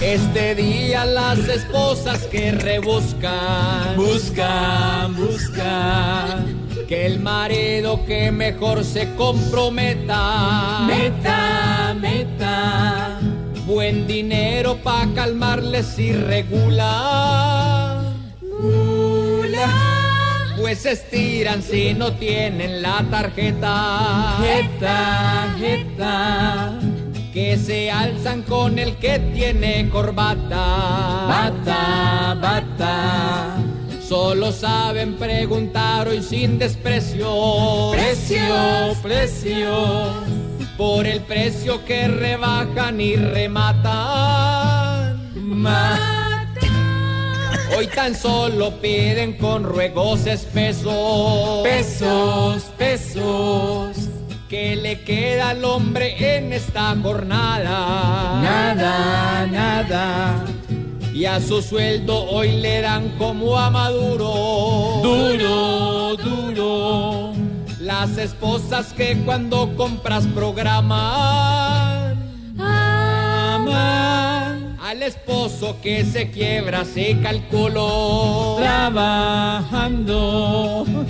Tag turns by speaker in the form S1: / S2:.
S1: Este día las esposas que rebuscan, buscan, buscan, que el marido que mejor se comprometa, meta, meta, buen dinero pa' calmarles y regular, mula, pues estiran si no tienen la tarjeta, jeta, jeta que se alzan con el que tiene corbata. Bata, bata. Solo saben preguntar hoy sin desprecio. Precio, precio. Por el precio que rebajan y rematan. Matan. Hoy tan solo piden con ruegos espesos. Pesos, pesos que le queda al hombre en esta jornada. Nada, nada. Y a su sueldo hoy le dan como a Maduro. Duro, duro. Las esposas que cuando compras programan. Aman. Al esposo que se quiebra se calculó. Trabajando.